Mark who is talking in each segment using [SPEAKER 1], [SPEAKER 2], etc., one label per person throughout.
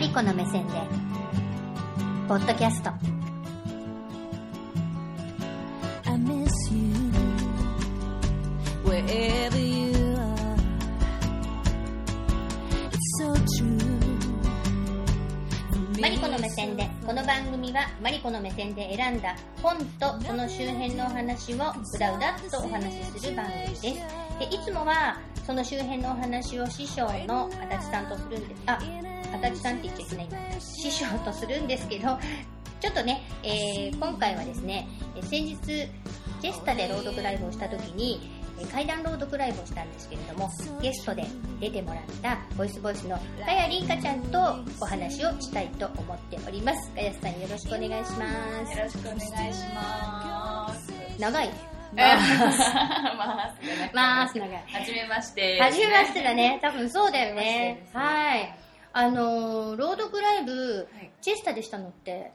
[SPEAKER 1] リコの目線でポッドキャスト
[SPEAKER 2] I miss you wherever you are. It's so true.
[SPEAKER 1] マリコの目線でこの番組はマリコの目線で選んだ本とその周辺のお話をうだうだっとお話しする番組ですでいつもはその周辺のお話を師匠の足立さんとするんですあ足立さんって言っちゃいけないな師匠とするんですけどちょっとね、えー今回はですねえー先日ジェスタで朗読ライブをした時にえー怪談朗読ライブをしたんですけれどもゲストで出てもらったボイスボイスのガヤリンカちゃんとお話をしたいと思っておりますガヤさんよろしくお願いします
[SPEAKER 3] よろしくお願いします。
[SPEAKER 1] 長い
[SPEAKER 3] ま
[SPEAKER 1] まあ
[SPEAKER 3] す。
[SPEAKER 1] 長い
[SPEAKER 3] はじめまして。
[SPEAKER 1] 初めましてだね。多分そうだよね。
[SPEAKER 3] 初めま
[SPEAKER 1] はい。あのー、朗読ライブ、
[SPEAKER 3] はい。
[SPEAKER 1] チェスタでしたのって、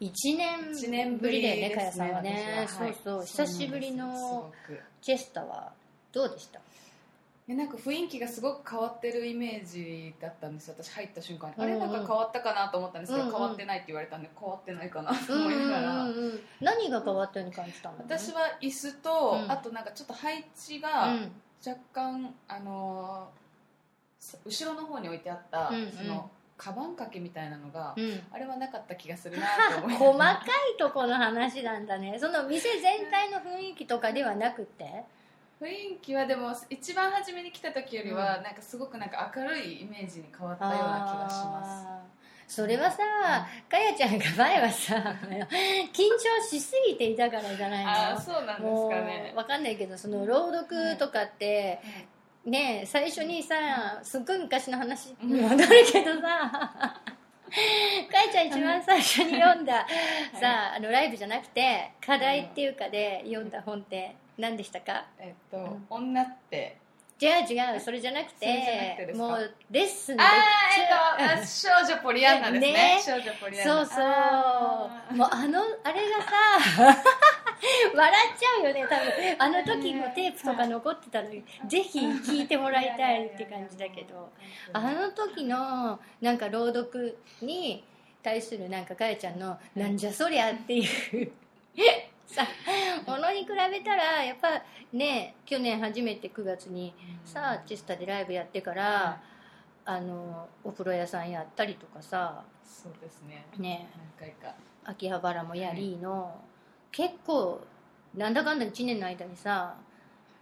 [SPEAKER 1] 1
[SPEAKER 3] 一
[SPEAKER 1] 年
[SPEAKER 3] 年
[SPEAKER 1] ぶ
[SPEAKER 3] ぶ
[SPEAKER 1] り
[SPEAKER 3] り
[SPEAKER 1] だよね、
[SPEAKER 3] です
[SPEAKER 1] かやさんはね。
[SPEAKER 3] 私
[SPEAKER 1] そ
[SPEAKER 3] はは
[SPEAKER 1] う
[SPEAKER 3] い
[SPEAKER 1] そう。久しぶりの
[SPEAKER 3] すごく
[SPEAKER 1] チェスタは、どうでした
[SPEAKER 3] えなんか雰囲気がすごく変わってるイメージだったんですよ私入った瞬間に、
[SPEAKER 1] うんうん
[SPEAKER 3] あれなんか変わったかなと思ったんですけど、
[SPEAKER 1] うんうん
[SPEAKER 3] 変わってないって言われたんで変わってないかなと
[SPEAKER 1] うんう
[SPEAKER 3] 思い
[SPEAKER 1] ん
[SPEAKER 3] ながら、
[SPEAKER 1] うんうん。何が変わったように感じたの
[SPEAKER 3] 私は椅子と、
[SPEAKER 1] うん
[SPEAKER 3] あとなんかちょっと配置
[SPEAKER 1] う
[SPEAKER 3] が
[SPEAKER 1] ん。
[SPEAKER 3] 若干、あのー後ろの方に置いてあった、
[SPEAKER 1] うんうん
[SPEAKER 3] そのカバン掛けみたいなのが、
[SPEAKER 1] うん。
[SPEAKER 3] あれはなかった気がするなと思い
[SPEAKER 1] 細かいとこの話なんだね。その店全体の雰囲気とかではなくて。
[SPEAKER 3] 雰囲気はでも一番初めに来た時よりは、なんかすごくなんか明るいイメージに変わったような気がします
[SPEAKER 1] す。それはさ、かやちゃんが前はさ、緊張しすぎていたからじゃないの
[SPEAKER 3] ああそうなんですかね
[SPEAKER 1] もうわかんないけどその朗読とかって、ね最初にさすっごい昔の話に戻るけどさかいちゃん一番最初に読んだ、さあのライブじゃなくて課題っていうかで読んだ本って何でしたか
[SPEAKER 3] えっと、女って
[SPEAKER 1] 違う違うそれじゃなく
[SPEAKER 3] それじゃ
[SPEAKER 1] て
[SPEAKER 3] なくてですか
[SPEAKER 1] もうレッスンで
[SPEAKER 3] ああえっとあ少女ポリアンナですね
[SPEAKER 1] ね
[SPEAKER 3] 少女ポリアン
[SPEAKER 1] そ
[SPEAKER 3] ナ
[SPEAKER 1] う
[SPEAKER 3] あ
[SPEAKER 1] そう。もうあの、あれがさ、笑っちゃうよね、多分。あの時のテープとか残ってたのに、ぜひ聞いてもらいたいって感じだけど。
[SPEAKER 3] ー
[SPEAKER 1] あの時の、なんか朗読に対するなんかかやちゃんの、なんじゃそりゃっていう。さものに比べたらやっぱね去年初めて9月にさチェスタでライブやってから、あのお風呂屋さんやったりとかさ
[SPEAKER 3] そうですね
[SPEAKER 1] ね
[SPEAKER 3] 何回か
[SPEAKER 1] 秋葉原もやりーの、結構なんだかんだ1年の間にさ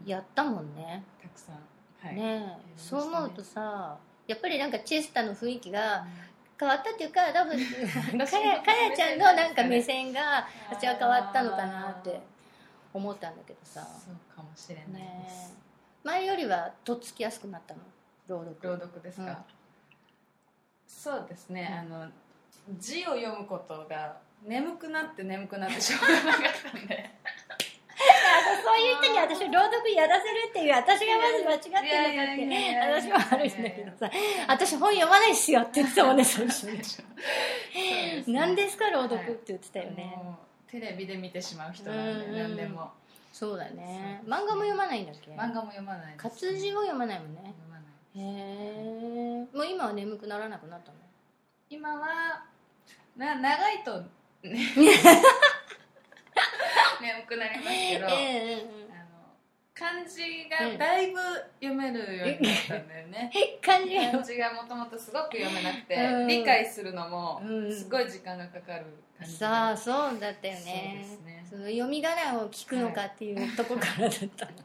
[SPEAKER 1] やったもんね,、
[SPEAKER 3] たくさんはい
[SPEAKER 1] ねえ
[SPEAKER 3] ました
[SPEAKER 1] そう
[SPEAKER 3] ね
[SPEAKER 1] 思うとさやっぱりなんかチェスタの雰囲気が変わったっていうか多分かや
[SPEAKER 3] 私
[SPEAKER 1] か
[SPEAKER 3] の
[SPEAKER 1] やちゃんのなんか目線が
[SPEAKER 3] うん
[SPEAKER 1] 私は変わったのかなって思ったんだけど
[SPEAKER 3] そ
[SPEAKER 1] さ、
[SPEAKER 3] うかもしれない
[SPEAKER 1] ね
[SPEAKER 3] です、
[SPEAKER 1] え前よりはとっつきやすくなったの朗読
[SPEAKER 3] 朗読ですか、
[SPEAKER 1] うん
[SPEAKER 3] そうですね、
[SPEAKER 1] う
[SPEAKER 3] あの字を読むことが眠くなって眠くなってしょうがなかった んで
[SPEAKER 1] そういう人に私朗読やらせるっていう私がまず間違ってるのかっ
[SPEAKER 3] いやいやいやいや
[SPEAKER 1] て話
[SPEAKER 3] いやいや
[SPEAKER 1] もあるんだけどさ私本読まないっすよって言ってたもんね最初に何ですか朗読って言ってた
[SPEAKER 3] だ
[SPEAKER 1] よね、
[SPEAKER 3] テレビで見てしまう人なんで、
[SPEAKER 1] うんうん
[SPEAKER 3] 何でも
[SPEAKER 1] そうだね
[SPEAKER 3] そう
[SPEAKER 1] 漫画も読まないんだっけ
[SPEAKER 3] 漫画も読まないです
[SPEAKER 1] 活字を読まないもんね
[SPEAKER 3] 読まない
[SPEAKER 1] へえもう今は眠くならなくなったの
[SPEAKER 3] 今はな長 いと、ね、眠くなりますけ
[SPEAKER 1] え
[SPEAKER 3] ど、
[SPEAKER 1] え
[SPEAKER 3] あの漢字がだいぶ読めるようになったんだよね
[SPEAKER 1] 感じ
[SPEAKER 3] 漢字がもともとすごく読めなくて、
[SPEAKER 1] うん
[SPEAKER 3] 理解するのも
[SPEAKER 1] うん
[SPEAKER 3] すごい時間がかかる感じで
[SPEAKER 1] さあそうだったよ
[SPEAKER 3] そう
[SPEAKER 1] ね
[SPEAKER 3] ですね
[SPEAKER 1] その読み仮名を聞くのかっていうとこからだったもん ね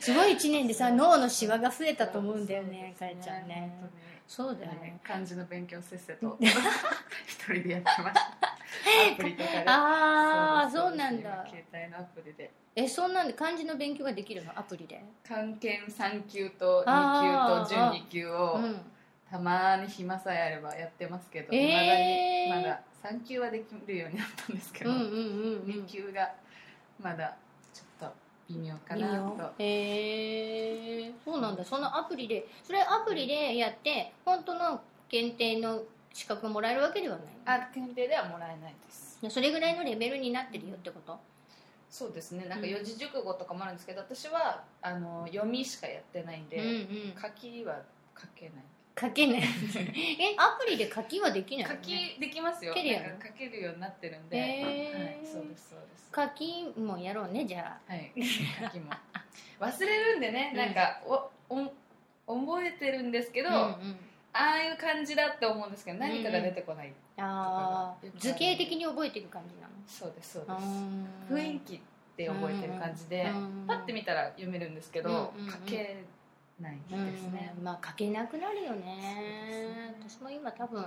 [SPEAKER 1] すごい一年でさ脳のシワが増えたと思うんだよねかえちゃんね
[SPEAKER 3] 本
[SPEAKER 1] そう
[SPEAKER 3] 当
[SPEAKER 1] だ
[SPEAKER 3] に
[SPEAKER 1] よ
[SPEAKER 3] はい
[SPEAKER 1] ね
[SPEAKER 3] 漢字の勉強せっせと一人でやってましたアプリとかで
[SPEAKER 1] ああ
[SPEAKER 3] です
[SPEAKER 1] そうなんだ
[SPEAKER 3] 今携帯のアプリで
[SPEAKER 1] えそんなんで漢字の勉強ができるのアプリで
[SPEAKER 3] 漢検3級と
[SPEAKER 1] あー
[SPEAKER 3] 2級と準2級を
[SPEAKER 1] うん
[SPEAKER 3] たまに暇さえあればやってますけど、未
[SPEAKER 1] えー
[SPEAKER 3] だにまだ3級はできるようになったんですけ
[SPEAKER 1] う
[SPEAKER 3] ど、
[SPEAKER 1] んうんうんう
[SPEAKER 3] 2
[SPEAKER 1] ん
[SPEAKER 3] 級がまだちょっと微妙か
[SPEAKER 1] いい
[SPEAKER 3] な
[SPEAKER 1] よ
[SPEAKER 3] と
[SPEAKER 1] へえそうなんだそのアプリでそれアプリでやって本当の検定の資格もらえるわけではない
[SPEAKER 3] あ検定ではもらえないです
[SPEAKER 1] それぐらいのレベルになってるよってこと
[SPEAKER 3] そうですねなん
[SPEAKER 1] う
[SPEAKER 3] か
[SPEAKER 1] ん
[SPEAKER 3] 四字熟語とかもあるんですけど私はあの読みしかやってないんで、
[SPEAKER 1] うんうん
[SPEAKER 3] 書きは書けない
[SPEAKER 1] 書けない えアプリで書きはできないの
[SPEAKER 3] 書きできますよ
[SPEAKER 1] 書けるよね
[SPEAKER 3] なんか書けるようになってるんで、
[SPEAKER 1] へー
[SPEAKER 3] はい、そうですそうです
[SPEAKER 1] 書きもやろうねじゃ
[SPEAKER 3] はい、書きも忘れるんでねなんか、おおん覚えてるんですけど、
[SPEAKER 1] あ
[SPEAKER 3] あ
[SPEAKER 1] うんうん
[SPEAKER 3] あいう感じだって思うんですけど何かが出てこない、
[SPEAKER 1] あ
[SPEAKER 3] とかが
[SPEAKER 1] ー
[SPEAKER 3] よくある
[SPEAKER 1] 図形的に覚えていく感じな
[SPEAKER 3] そうですそうです、
[SPEAKER 1] の
[SPEAKER 3] 雰囲気って覚えてる感じで、パッて
[SPEAKER 1] 見
[SPEAKER 3] 見たら読めるんですけど、
[SPEAKER 1] うんうんうん
[SPEAKER 3] 書けないですね、
[SPEAKER 1] まあ書けなくなるよね私も今多分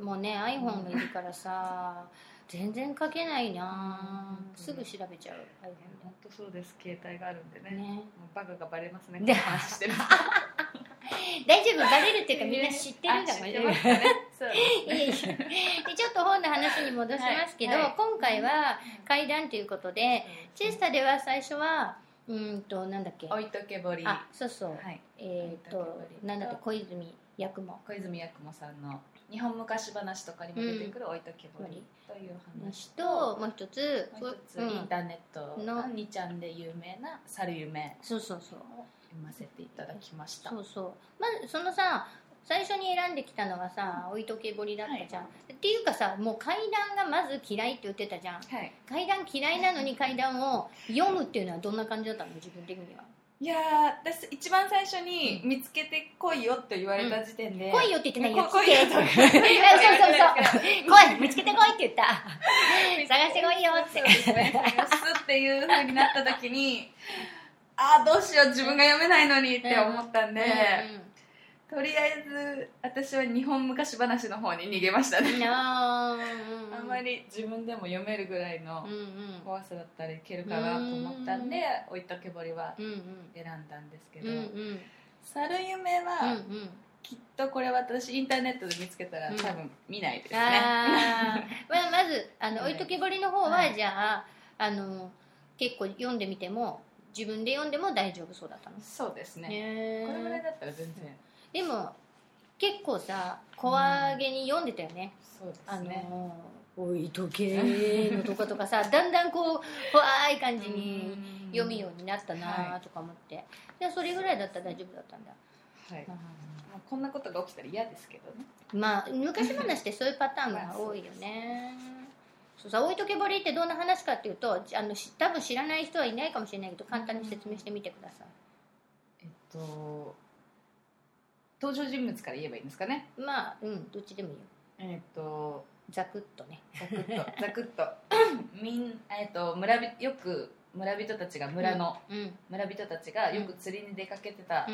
[SPEAKER 1] もうね iPhone がいるからさ全然書けないな
[SPEAKER 3] うん
[SPEAKER 1] すぐ調べちゃう
[SPEAKER 3] 本当そうです携帯があるんで
[SPEAKER 1] iPhone で
[SPEAKER 3] ね
[SPEAKER 1] ね
[SPEAKER 3] もうバカがバレますね
[SPEAKER 1] で
[SPEAKER 3] この話してる っ
[SPEAKER 1] 大丈夫バレるっていうかみんな知ってるかも
[SPEAKER 3] 知
[SPEAKER 1] し
[SPEAKER 3] っ
[SPEAKER 1] れ
[SPEAKER 3] て
[SPEAKER 1] な
[SPEAKER 3] ま
[SPEAKER 1] い
[SPEAKER 3] すかねそうです
[SPEAKER 1] いや いやでちょっと本の話に戻しますけど、
[SPEAKER 3] はいはい
[SPEAKER 1] 今回は階段ということでチェスタでは最初はうーんとなんだっけ
[SPEAKER 3] 置いとけぼり
[SPEAKER 1] あそうそう、
[SPEAKER 3] はい
[SPEAKER 1] えっ、
[SPEAKER 3] 置いと
[SPEAKER 1] と
[SPEAKER 3] けぼり
[SPEAKER 1] なんだっけ小泉役も
[SPEAKER 3] 小泉八雲さんの日本昔話とかにも出てくる置いとけぼりという
[SPEAKER 1] 話
[SPEAKER 3] 話と、
[SPEAKER 1] ともう一つ
[SPEAKER 3] もう一つ
[SPEAKER 1] うん
[SPEAKER 3] インターネットの
[SPEAKER 1] の
[SPEAKER 3] 2ちゃんで有名な「猿夢
[SPEAKER 1] そうそうそう」
[SPEAKER 3] を読ませていただきました
[SPEAKER 1] そうそうまずそのさ最初に選んできたのがさ置いとけぼりだったじゃん、
[SPEAKER 3] は
[SPEAKER 1] っていうかさもう階段がまず嫌いって言ってたじゃん
[SPEAKER 3] はい、
[SPEAKER 1] 階段嫌いなのに階段を読むっていうのはどんな感じだったの自分的にはい
[SPEAKER 3] やー私一番最初に見つけてこいよって言われた時点で、
[SPEAKER 1] 来いよって言ってないよ。
[SPEAKER 3] こ
[SPEAKER 1] 来
[SPEAKER 3] 来いよ
[SPEAKER 1] て
[SPEAKER 3] と
[SPEAKER 1] そうそう
[SPEAKER 3] 言われ たんですけど
[SPEAKER 1] そう。来い見つけて来いって言 った。探してこいよって
[SPEAKER 3] そうですね探すっていう風になった時に ああどうしよう自分が読めないのにって思ったんで、とりあえず私は日本昔話の方に逃げましたね、
[SPEAKER 1] うん。な
[SPEAKER 3] あんま。り自分でも読めるぐらいの
[SPEAKER 1] うんうん。
[SPEAKER 3] 怖さだったらいけるかなと思ったんで置いとけぼりは
[SPEAKER 1] うん
[SPEAKER 3] 選んだんですけ
[SPEAKER 1] うん。うんう
[SPEAKER 3] ど、
[SPEAKER 1] ん。
[SPEAKER 3] 猿夢
[SPEAKER 1] うんう
[SPEAKER 3] は
[SPEAKER 1] ん。
[SPEAKER 3] きっとこれ私インターネットで見つけたら
[SPEAKER 1] うん
[SPEAKER 3] 多分見ないですね、
[SPEAKER 1] あーまあまずあの
[SPEAKER 3] は
[SPEAKER 1] 置
[SPEAKER 3] い
[SPEAKER 1] いとけぼりの方は
[SPEAKER 3] はい
[SPEAKER 1] じゃああの結構読んでみても自分で読んでも大丈夫そうだったの。
[SPEAKER 3] そうですね
[SPEAKER 1] ね
[SPEAKER 3] これぐらいだったら全然
[SPEAKER 1] でも結構さ怖げに読んでたよね。
[SPEAKER 3] そうですね
[SPEAKER 1] あのー、おい時計のとことか さだんだんこう怖い感じに読むようになったなとか思って、でそれぐらいだったら大丈夫だったんだ、
[SPEAKER 3] はいまあ、こんなことが起きたら嫌ですけどね
[SPEAKER 1] まあ昔話ってそういうパター ンが多いよねそうさ置いとけぼりってどんな話かっていうとあのし多分知らない人はいないかもしれないけど簡単に説明してみてくださ
[SPEAKER 3] えっと登場人物から言えばいいんですかね
[SPEAKER 1] いまあうんどっちでもいいよ
[SPEAKER 3] えっと
[SPEAKER 1] ざくっとね
[SPEAKER 3] ざくっ とざくっと みんえっと村びよく村人たちが村の、
[SPEAKER 1] うんうん
[SPEAKER 3] 村人たちがよく釣りに出かけてた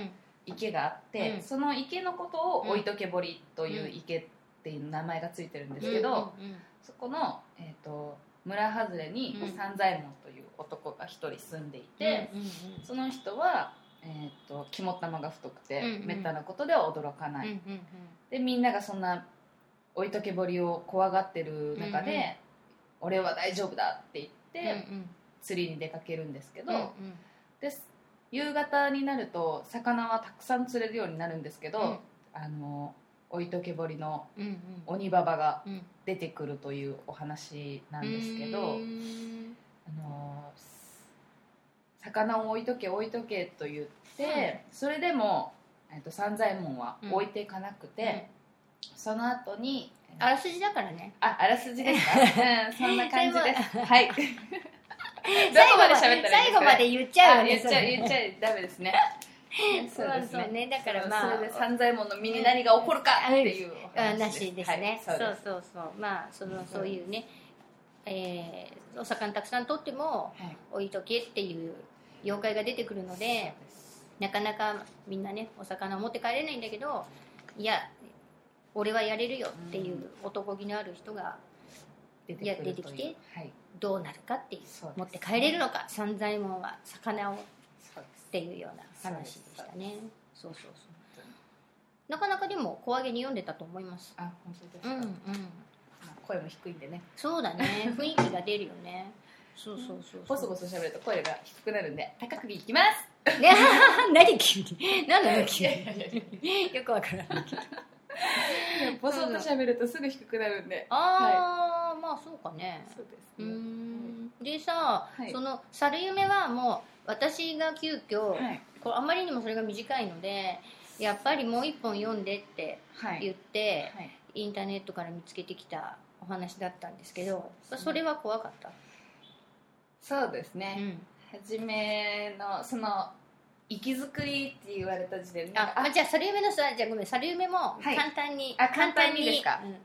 [SPEAKER 3] 池があって、
[SPEAKER 1] うん
[SPEAKER 3] その池のことを置いとけぼりという池っていう名前がついてるんですけど、
[SPEAKER 1] うんうんうん
[SPEAKER 3] そこの、えー、と村外れに
[SPEAKER 1] うん
[SPEAKER 3] 三左衛門という男が一人住んでいて、
[SPEAKER 1] うんうん
[SPEAKER 3] その人は、えー、と肝っ玉が太くて、
[SPEAKER 1] うんうん
[SPEAKER 3] めったなことでは驚かな
[SPEAKER 1] う
[SPEAKER 3] い、
[SPEAKER 1] んうん
[SPEAKER 3] でみんながそんな置いとけぼりを怖がってる中で、
[SPEAKER 1] うんうん
[SPEAKER 3] 俺は大丈夫だって言って、
[SPEAKER 1] うん
[SPEAKER 3] 釣りに出かけるんですけど、
[SPEAKER 1] うんうん
[SPEAKER 3] で夕方になると魚はたくさん釣れるようになるんですけど、
[SPEAKER 1] うん
[SPEAKER 3] あの置いとけぼりの
[SPEAKER 1] うんうん
[SPEAKER 3] 鬼ババが
[SPEAKER 1] うん
[SPEAKER 3] 出てくるというお話なんですけど。
[SPEAKER 1] うーん
[SPEAKER 3] あの魚を置いとけ置いとけと言って、それでも、えっと三左衛門は置いていかなくて、その後に
[SPEAKER 1] あらすじだから ね
[SPEAKER 3] ああらすじで すか、うん、そんな感じですはいどこまで喋ったらいい
[SPEAKER 1] 最後ま
[SPEAKER 3] ですか
[SPEAKER 1] で言っちゃう
[SPEAKER 3] あ
[SPEAKER 1] よ
[SPEAKER 3] 言
[SPEAKER 1] ね
[SPEAKER 3] っちゃう言 っちゃうダメですね
[SPEAKER 1] そうそうねだからまあ
[SPEAKER 3] そうそれで三左衛門の身に何が起こるかっていうお
[SPEAKER 1] あ
[SPEAKER 3] 話
[SPEAKER 1] なしですね、
[SPEAKER 3] はい、
[SPEAKER 1] そ
[SPEAKER 3] そう
[SPEAKER 1] う
[SPEAKER 3] です
[SPEAKER 1] そうそうまあその
[SPEAKER 3] そう
[SPEAKER 1] そういうね、えーお魚たくさん取っても
[SPEAKER 3] はい
[SPEAKER 1] 置いとけっていう妖怪が出てくるので
[SPEAKER 3] そうです
[SPEAKER 1] なかなかみんなねお魚を持って帰れないんだけどいや俺はやれるよっていう男気のある人が
[SPEAKER 3] 出
[SPEAKER 1] いや
[SPEAKER 3] くる
[SPEAKER 1] 出てきて
[SPEAKER 3] というはい
[SPEAKER 1] どうなるかっていう
[SPEAKER 3] そうです
[SPEAKER 1] 持って帰れるのか三左衛門は魚を
[SPEAKER 3] そうです
[SPEAKER 1] っていうような話でしたねそうそうそうなかなかでも小上げに読んでたと思います
[SPEAKER 3] あ本当です
[SPEAKER 1] う
[SPEAKER 3] か、
[SPEAKER 1] んうん
[SPEAKER 3] まあ声も低いんでね
[SPEAKER 1] そうだね雰囲気が出るよねそうそうそうそう
[SPEAKER 3] ボソボソ喋ると声が低くなるんで高くいきます
[SPEAKER 1] ね 何急に何なの急 によくわからない
[SPEAKER 3] ボソッと喋るとすぐ低くなるんで
[SPEAKER 1] ああ、まあそうかね
[SPEAKER 3] そう
[SPEAKER 1] う
[SPEAKER 3] です
[SPEAKER 1] ー
[SPEAKER 3] ね
[SPEAKER 1] んでさ、
[SPEAKER 3] はい
[SPEAKER 1] その「猿夢」はもう私が急遽、
[SPEAKER 3] はい
[SPEAKER 1] これあまりにもそれが短いのでやっぱりもう一本読んでって
[SPEAKER 3] は
[SPEAKER 1] 言っ
[SPEAKER 3] い、
[SPEAKER 1] て、
[SPEAKER 3] はい、
[SPEAKER 1] インターネットから見つけてきたお話だったんですけどそれは怖かった、
[SPEAKER 3] そうです
[SPEAKER 1] う
[SPEAKER 3] ね、
[SPEAKER 1] ん、
[SPEAKER 3] 初めのその息づくりって言われた時点で
[SPEAKER 1] あまあじゃあサル夢のさじゃあごめんサル夢も
[SPEAKER 3] はい
[SPEAKER 1] 簡単に、
[SPEAKER 3] あ簡単にですか
[SPEAKER 1] うん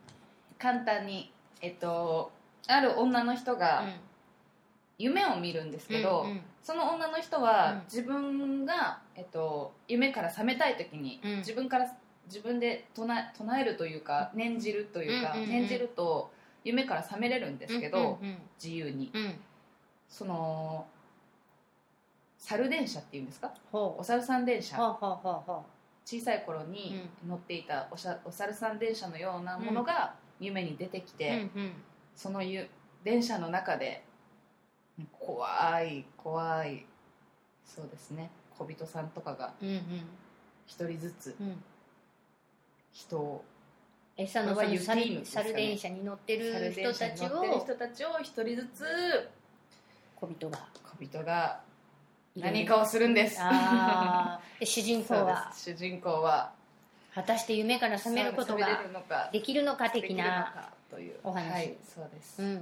[SPEAKER 3] 簡単にえっとある女の人が
[SPEAKER 1] うん
[SPEAKER 3] 夢を見るんですけど、
[SPEAKER 1] うんうん
[SPEAKER 3] その女の人
[SPEAKER 1] うん
[SPEAKER 3] は自分が、えっと、夢から覚めたい時に、
[SPEAKER 1] うん
[SPEAKER 3] 自分から自分で唱え唱えるというか念じるというか、
[SPEAKER 1] うんうんうん
[SPEAKER 3] 念じると夢から覚めれるんですけど、
[SPEAKER 1] うんうん
[SPEAKER 3] 自由に
[SPEAKER 1] うんうん
[SPEAKER 3] その猿電車っていうんですか
[SPEAKER 1] ほ
[SPEAKER 3] お猿さん電
[SPEAKER 1] う
[SPEAKER 3] 車
[SPEAKER 1] ほうほうほうほ
[SPEAKER 3] 小さい頃に乗っていたおしゃお猿さん電車のようなものが夢に出てき
[SPEAKER 1] う
[SPEAKER 3] て、
[SPEAKER 1] うんうん
[SPEAKER 3] そのゆ電車の中で怖い怖いそうですね小人さんとかが
[SPEAKER 1] うん
[SPEAKER 3] 一人ずつ
[SPEAKER 1] うんうん
[SPEAKER 3] 人を
[SPEAKER 1] 餌の
[SPEAKER 3] こ
[SPEAKER 1] そ
[SPEAKER 3] れは
[SPEAKER 1] の
[SPEAKER 3] ユ
[SPEAKER 1] 猿
[SPEAKER 3] ティーヌですかね
[SPEAKER 1] 猿電車に乗ってる
[SPEAKER 3] 猿
[SPEAKER 1] 人
[SPEAKER 3] 電車
[SPEAKER 1] た
[SPEAKER 3] に
[SPEAKER 1] ち
[SPEAKER 3] 乗ってる
[SPEAKER 1] を
[SPEAKER 3] 人たちを一人ずつ
[SPEAKER 1] 小人が
[SPEAKER 3] 小人が何かをするんです
[SPEAKER 1] あーで主人公
[SPEAKER 3] そう
[SPEAKER 1] は
[SPEAKER 3] です主人公は
[SPEAKER 1] 果たして夢から覚めること
[SPEAKER 3] 覚め
[SPEAKER 1] が
[SPEAKER 3] れるのか
[SPEAKER 1] できるのか
[SPEAKER 3] でき
[SPEAKER 1] 的
[SPEAKER 3] るの
[SPEAKER 1] な
[SPEAKER 3] かという
[SPEAKER 1] お話
[SPEAKER 3] はい、そうです、
[SPEAKER 1] うんうん、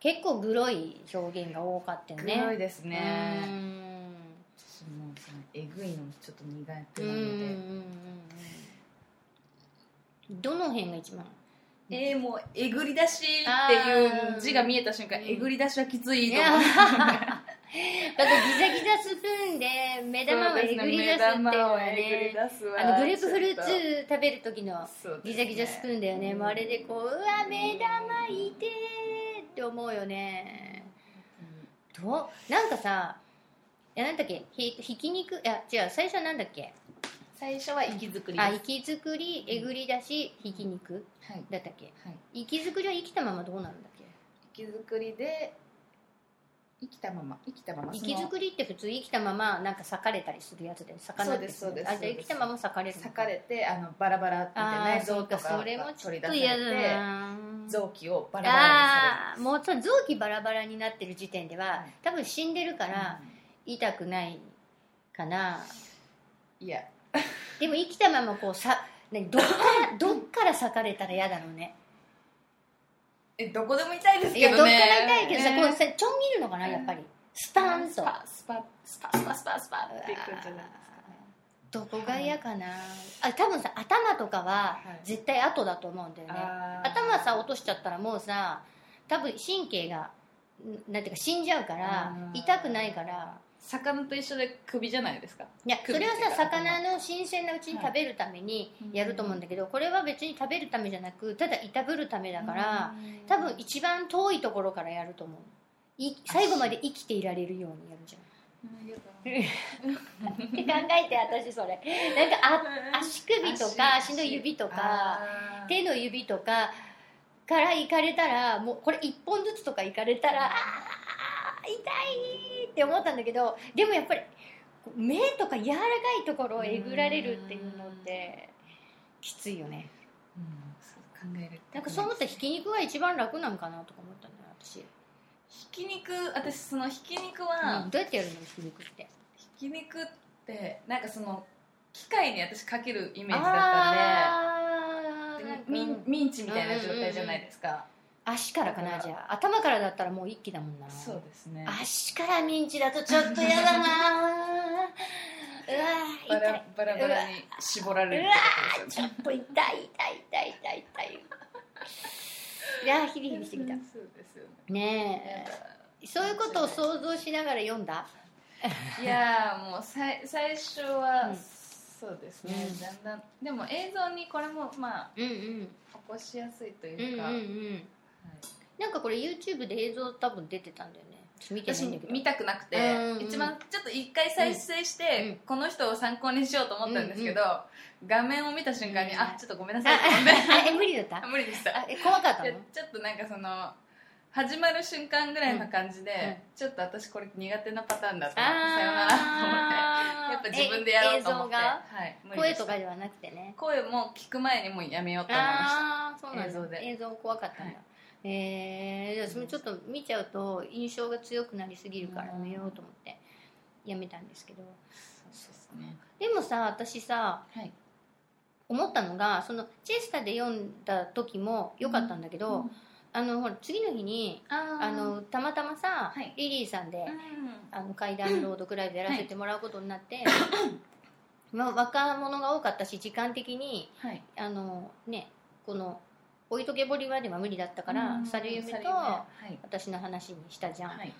[SPEAKER 1] 結構グロい表現が多かったよね
[SPEAKER 3] 黒いですね、
[SPEAKER 1] うん
[SPEAKER 3] 私もうそのえぐいのちょっと苦手
[SPEAKER 1] うんう
[SPEAKER 3] なんの
[SPEAKER 1] うん
[SPEAKER 3] で、
[SPEAKER 1] うんどの辺が一番
[SPEAKER 3] えーもうえぐり出しっていう字が見えた瞬間
[SPEAKER 1] あー
[SPEAKER 3] えぐり出しはきつい
[SPEAKER 1] い
[SPEAKER 3] と
[SPEAKER 1] や
[SPEAKER 3] 思って
[SPEAKER 1] だってギザギザスプーンで目玉をえぐり出すっていうのはねあのグレープフルーツ食べる時のギザギザスプーンだよね、もうあれでこううわ目玉いてーって思うよねどうなんかさいやなんだっけひひき肉いや違う最初はなんだっけ
[SPEAKER 3] 最初は息づくりで
[SPEAKER 1] あ
[SPEAKER 3] す
[SPEAKER 1] 息作りえぐり出しひき肉
[SPEAKER 3] はい
[SPEAKER 1] だったっけ
[SPEAKER 3] はい
[SPEAKER 1] 息作りは生きたままどうなるんだっけ
[SPEAKER 3] 息づくりで生きたまま生きたまま
[SPEAKER 1] 息作りって普通生きたままなんか裂かれたりするやつで魚って
[SPEAKER 3] そうですそうです
[SPEAKER 1] あじゃあ生きたまま裂かれるの
[SPEAKER 3] 裂かれてあのバラバラみたい
[SPEAKER 1] あ
[SPEAKER 3] な
[SPEAKER 1] あそ
[SPEAKER 3] 臓
[SPEAKER 1] う
[SPEAKER 3] と
[SPEAKER 1] か
[SPEAKER 3] か
[SPEAKER 1] それも
[SPEAKER 3] が
[SPEAKER 1] ちょ
[SPEAKER 3] 取
[SPEAKER 1] っ
[SPEAKER 3] り出
[SPEAKER 1] と
[SPEAKER 3] さ
[SPEAKER 1] 嫌
[SPEAKER 3] れ
[SPEAKER 1] だ
[SPEAKER 3] て
[SPEAKER 1] な
[SPEAKER 3] 臓器をバラバラ
[SPEAKER 1] ああもうそう臓器バラバラになってる時点では
[SPEAKER 3] うん
[SPEAKER 1] 多分死んでるか
[SPEAKER 3] にされ
[SPEAKER 1] ら
[SPEAKER 3] る
[SPEAKER 1] 痛くないかな
[SPEAKER 3] うんいや
[SPEAKER 1] でも生きたままこうさ何 どっからどっから裂かれたら嫌だろうね
[SPEAKER 3] えどこでも痛いです
[SPEAKER 1] い
[SPEAKER 3] け
[SPEAKER 1] やどっ
[SPEAKER 3] ど
[SPEAKER 1] か
[SPEAKER 3] ね
[SPEAKER 1] ら痛いけどさ、
[SPEAKER 3] ね
[SPEAKER 1] こうさちょん切るのかなやっぱりスパーンと
[SPEAKER 3] スパスパスパスパスパっていくんじゃないですかね
[SPEAKER 1] どこが嫌かな、あ多分さ頭とかは
[SPEAKER 3] はい
[SPEAKER 1] 絶対後だと思うんだよね、
[SPEAKER 3] あー
[SPEAKER 1] 頭さ落としちゃったらもうさ多分神経がんなんていうか死んじゃうから
[SPEAKER 3] あー
[SPEAKER 1] 痛くないから
[SPEAKER 3] 魚と一緒で首じゃないですか
[SPEAKER 1] いやそ
[SPEAKER 3] 首
[SPEAKER 1] れは
[SPEAKER 3] っていう
[SPEAKER 1] さ
[SPEAKER 3] か
[SPEAKER 1] 魚の新鮮なうちに食べるために
[SPEAKER 3] はい
[SPEAKER 1] やると思うんだけど、これは別に食べるためじゃなくただいたぶるためだから、多分一番遠いところからやると思うい最後まで生きていられるようにやるじゃん
[SPEAKER 3] うんよくわかんない
[SPEAKER 1] って考えて私それなんかあ足首とか足の指とか
[SPEAKER 3] あー
[SPEAKER 1] 手の指とかから行かれたらもうこれ1本ずつとか行かれたらあー痛いって思ったんだけどでもやっぱり目とか柔らかいところをえぐられるっていうのってきついよね
[SPEAKER 3] うんそう考える
[SPEAKER 1] なんかそう思ったらひき肉が一番楽なんかなとか思ったんだよ私、
[SPEAKER 3] ひき肉私そのひき肉は、
[SPEAKER 1] どうやってやるのひき肉って
[SPEAKER 3] ひき肉ってなんかその機械に私かけるイ
[SPEAKER 1] イ
[SPEAKER 3] メージだったんで
[SPEAKER 1] なん
[SPEAKER 3] でミン
[SPEAKER 1] か
[SPEAKER 3] ミンチみたいな状態じゃないですか、
[SPEAKER 1] 足からかなじゃあ頭からだったらもう一気だもんな
[SPEAKER 3] そうですね
[SPEAKER 1] 足からミンチだとちょっと嫌だ なう
[SPEAKER 3] バ
[SPEAKER 1] わ痛い
[SPEAKER 3] ラバラバラに絞られるってことです
[SPEAKER 1] ち
[SPEAKER 3] よ
[SPEAKER 1] ょ
[SPEAKER 3] ね
[SPEAKER 1] っと痛い痛い痛い痛い痛いいやヒリヒリしてきた
[SPEAKER 3] そうですよね
[SPEAKER 1] ねえそういうことを想像しながら読んだ
[SPEAKER 3] いやーもうさい最初は、
[SPEAKER 1] うん
[SPEAKER 3] そうですね、
[SPEAKER 1] うん
[SPEAKER 3] だんだんでも映像にこれもまあ
[SPEAKER 1] うんうん
[SPEAKER 3] 起こしやすいと
[SPEAKER 1] うんう
[SPEAKER 3] い
[SPEAKER 1] ん
[SPEAKER 3] うか、
[SPEAKER 1] う
[SPEAKER 3] はい
[SPEAKER 1] んなんかこれ YouTube で映像多分出てたんだよね見てない
[SPEAKER 3] 私
[SPEAKER 1] んだけど
[SPEAKER 3] 見たくなくて、
[SPEAKER 1] うんうん
[SPEAKER 3] 一番ちょっと一回再生して、
[SPEAKER 1] うん
[SPEAKER 3] この人を参考にしようと思ったんですけど、画面を見た瞬間に、
[SPEAKER 1] うん
[SPEAKER 3] あちょっとごめんなさいと思って
[SPEAKER 1] あえ無理だった
[SPEAKER 3] あ 無理でした
[SPEAKER 1] あえ怖かった
[SPEAKER 3] い
[SPEAKER 1] の
[SPEAKER 3] やちょっとなんかその始まる瞬間ぐらいの感じで、
[SPEAKER 1] うんうん
[SPEAKER 3] ちょっと私これ苦手なパターンだと思ってさよならと思
[SPEAKER 1] あ
[SPEAKER 3] ってやっぱ自分でやろうと思って
[SPEAKER 1] え映像が
[SPEAKER 3] はい、無理で
[SPEAKER 1] 声
[SPEAKER 3] した
[SPEAKER 1] とかではなくてね
[SPEAKER 3] 声も聞く前にもうやめようと思いました
[SPEAKER 1] ああそうなんだ
[SPEAKER 3] 映像で
[SPEAKER 1] 映像怖かったんだ、
[SPEAKER 3] はい
[SPEAKER 1] えー、でもそれちょっと見ちゃうと印象が強くなりすぎるからやめようと思ってやめたんですけど
[SPEAKER 3] そうですね
[SPEAKER 1] でもさ私さ
[SPEAKER 3] はい
[SPEAKER 1] 思ったのがそのチェスタで読んだ時も良かったんだけど、あのほら次の日に
[SPEAKER 3] あー
[SPEAKER 1] あのたまたまさ、
[SPEAKER 3] はい
[SPEAKER 1] リリーさんで、
[SPEAKER 3] うん
[SPEAKER 1] あの怪談朗読ライブやらせてもらうことにな って、まあ、若者が多かったし時間的に
[SPEAKER 3] はい
[SPEAKER 1] あのねこの「置いとけぼりは」では無理だったから「さる夢」と
[SPEAKER 3] はい
[SPEAKER 1] 私の話にしたじゃん、
[SPEAKER 3] はい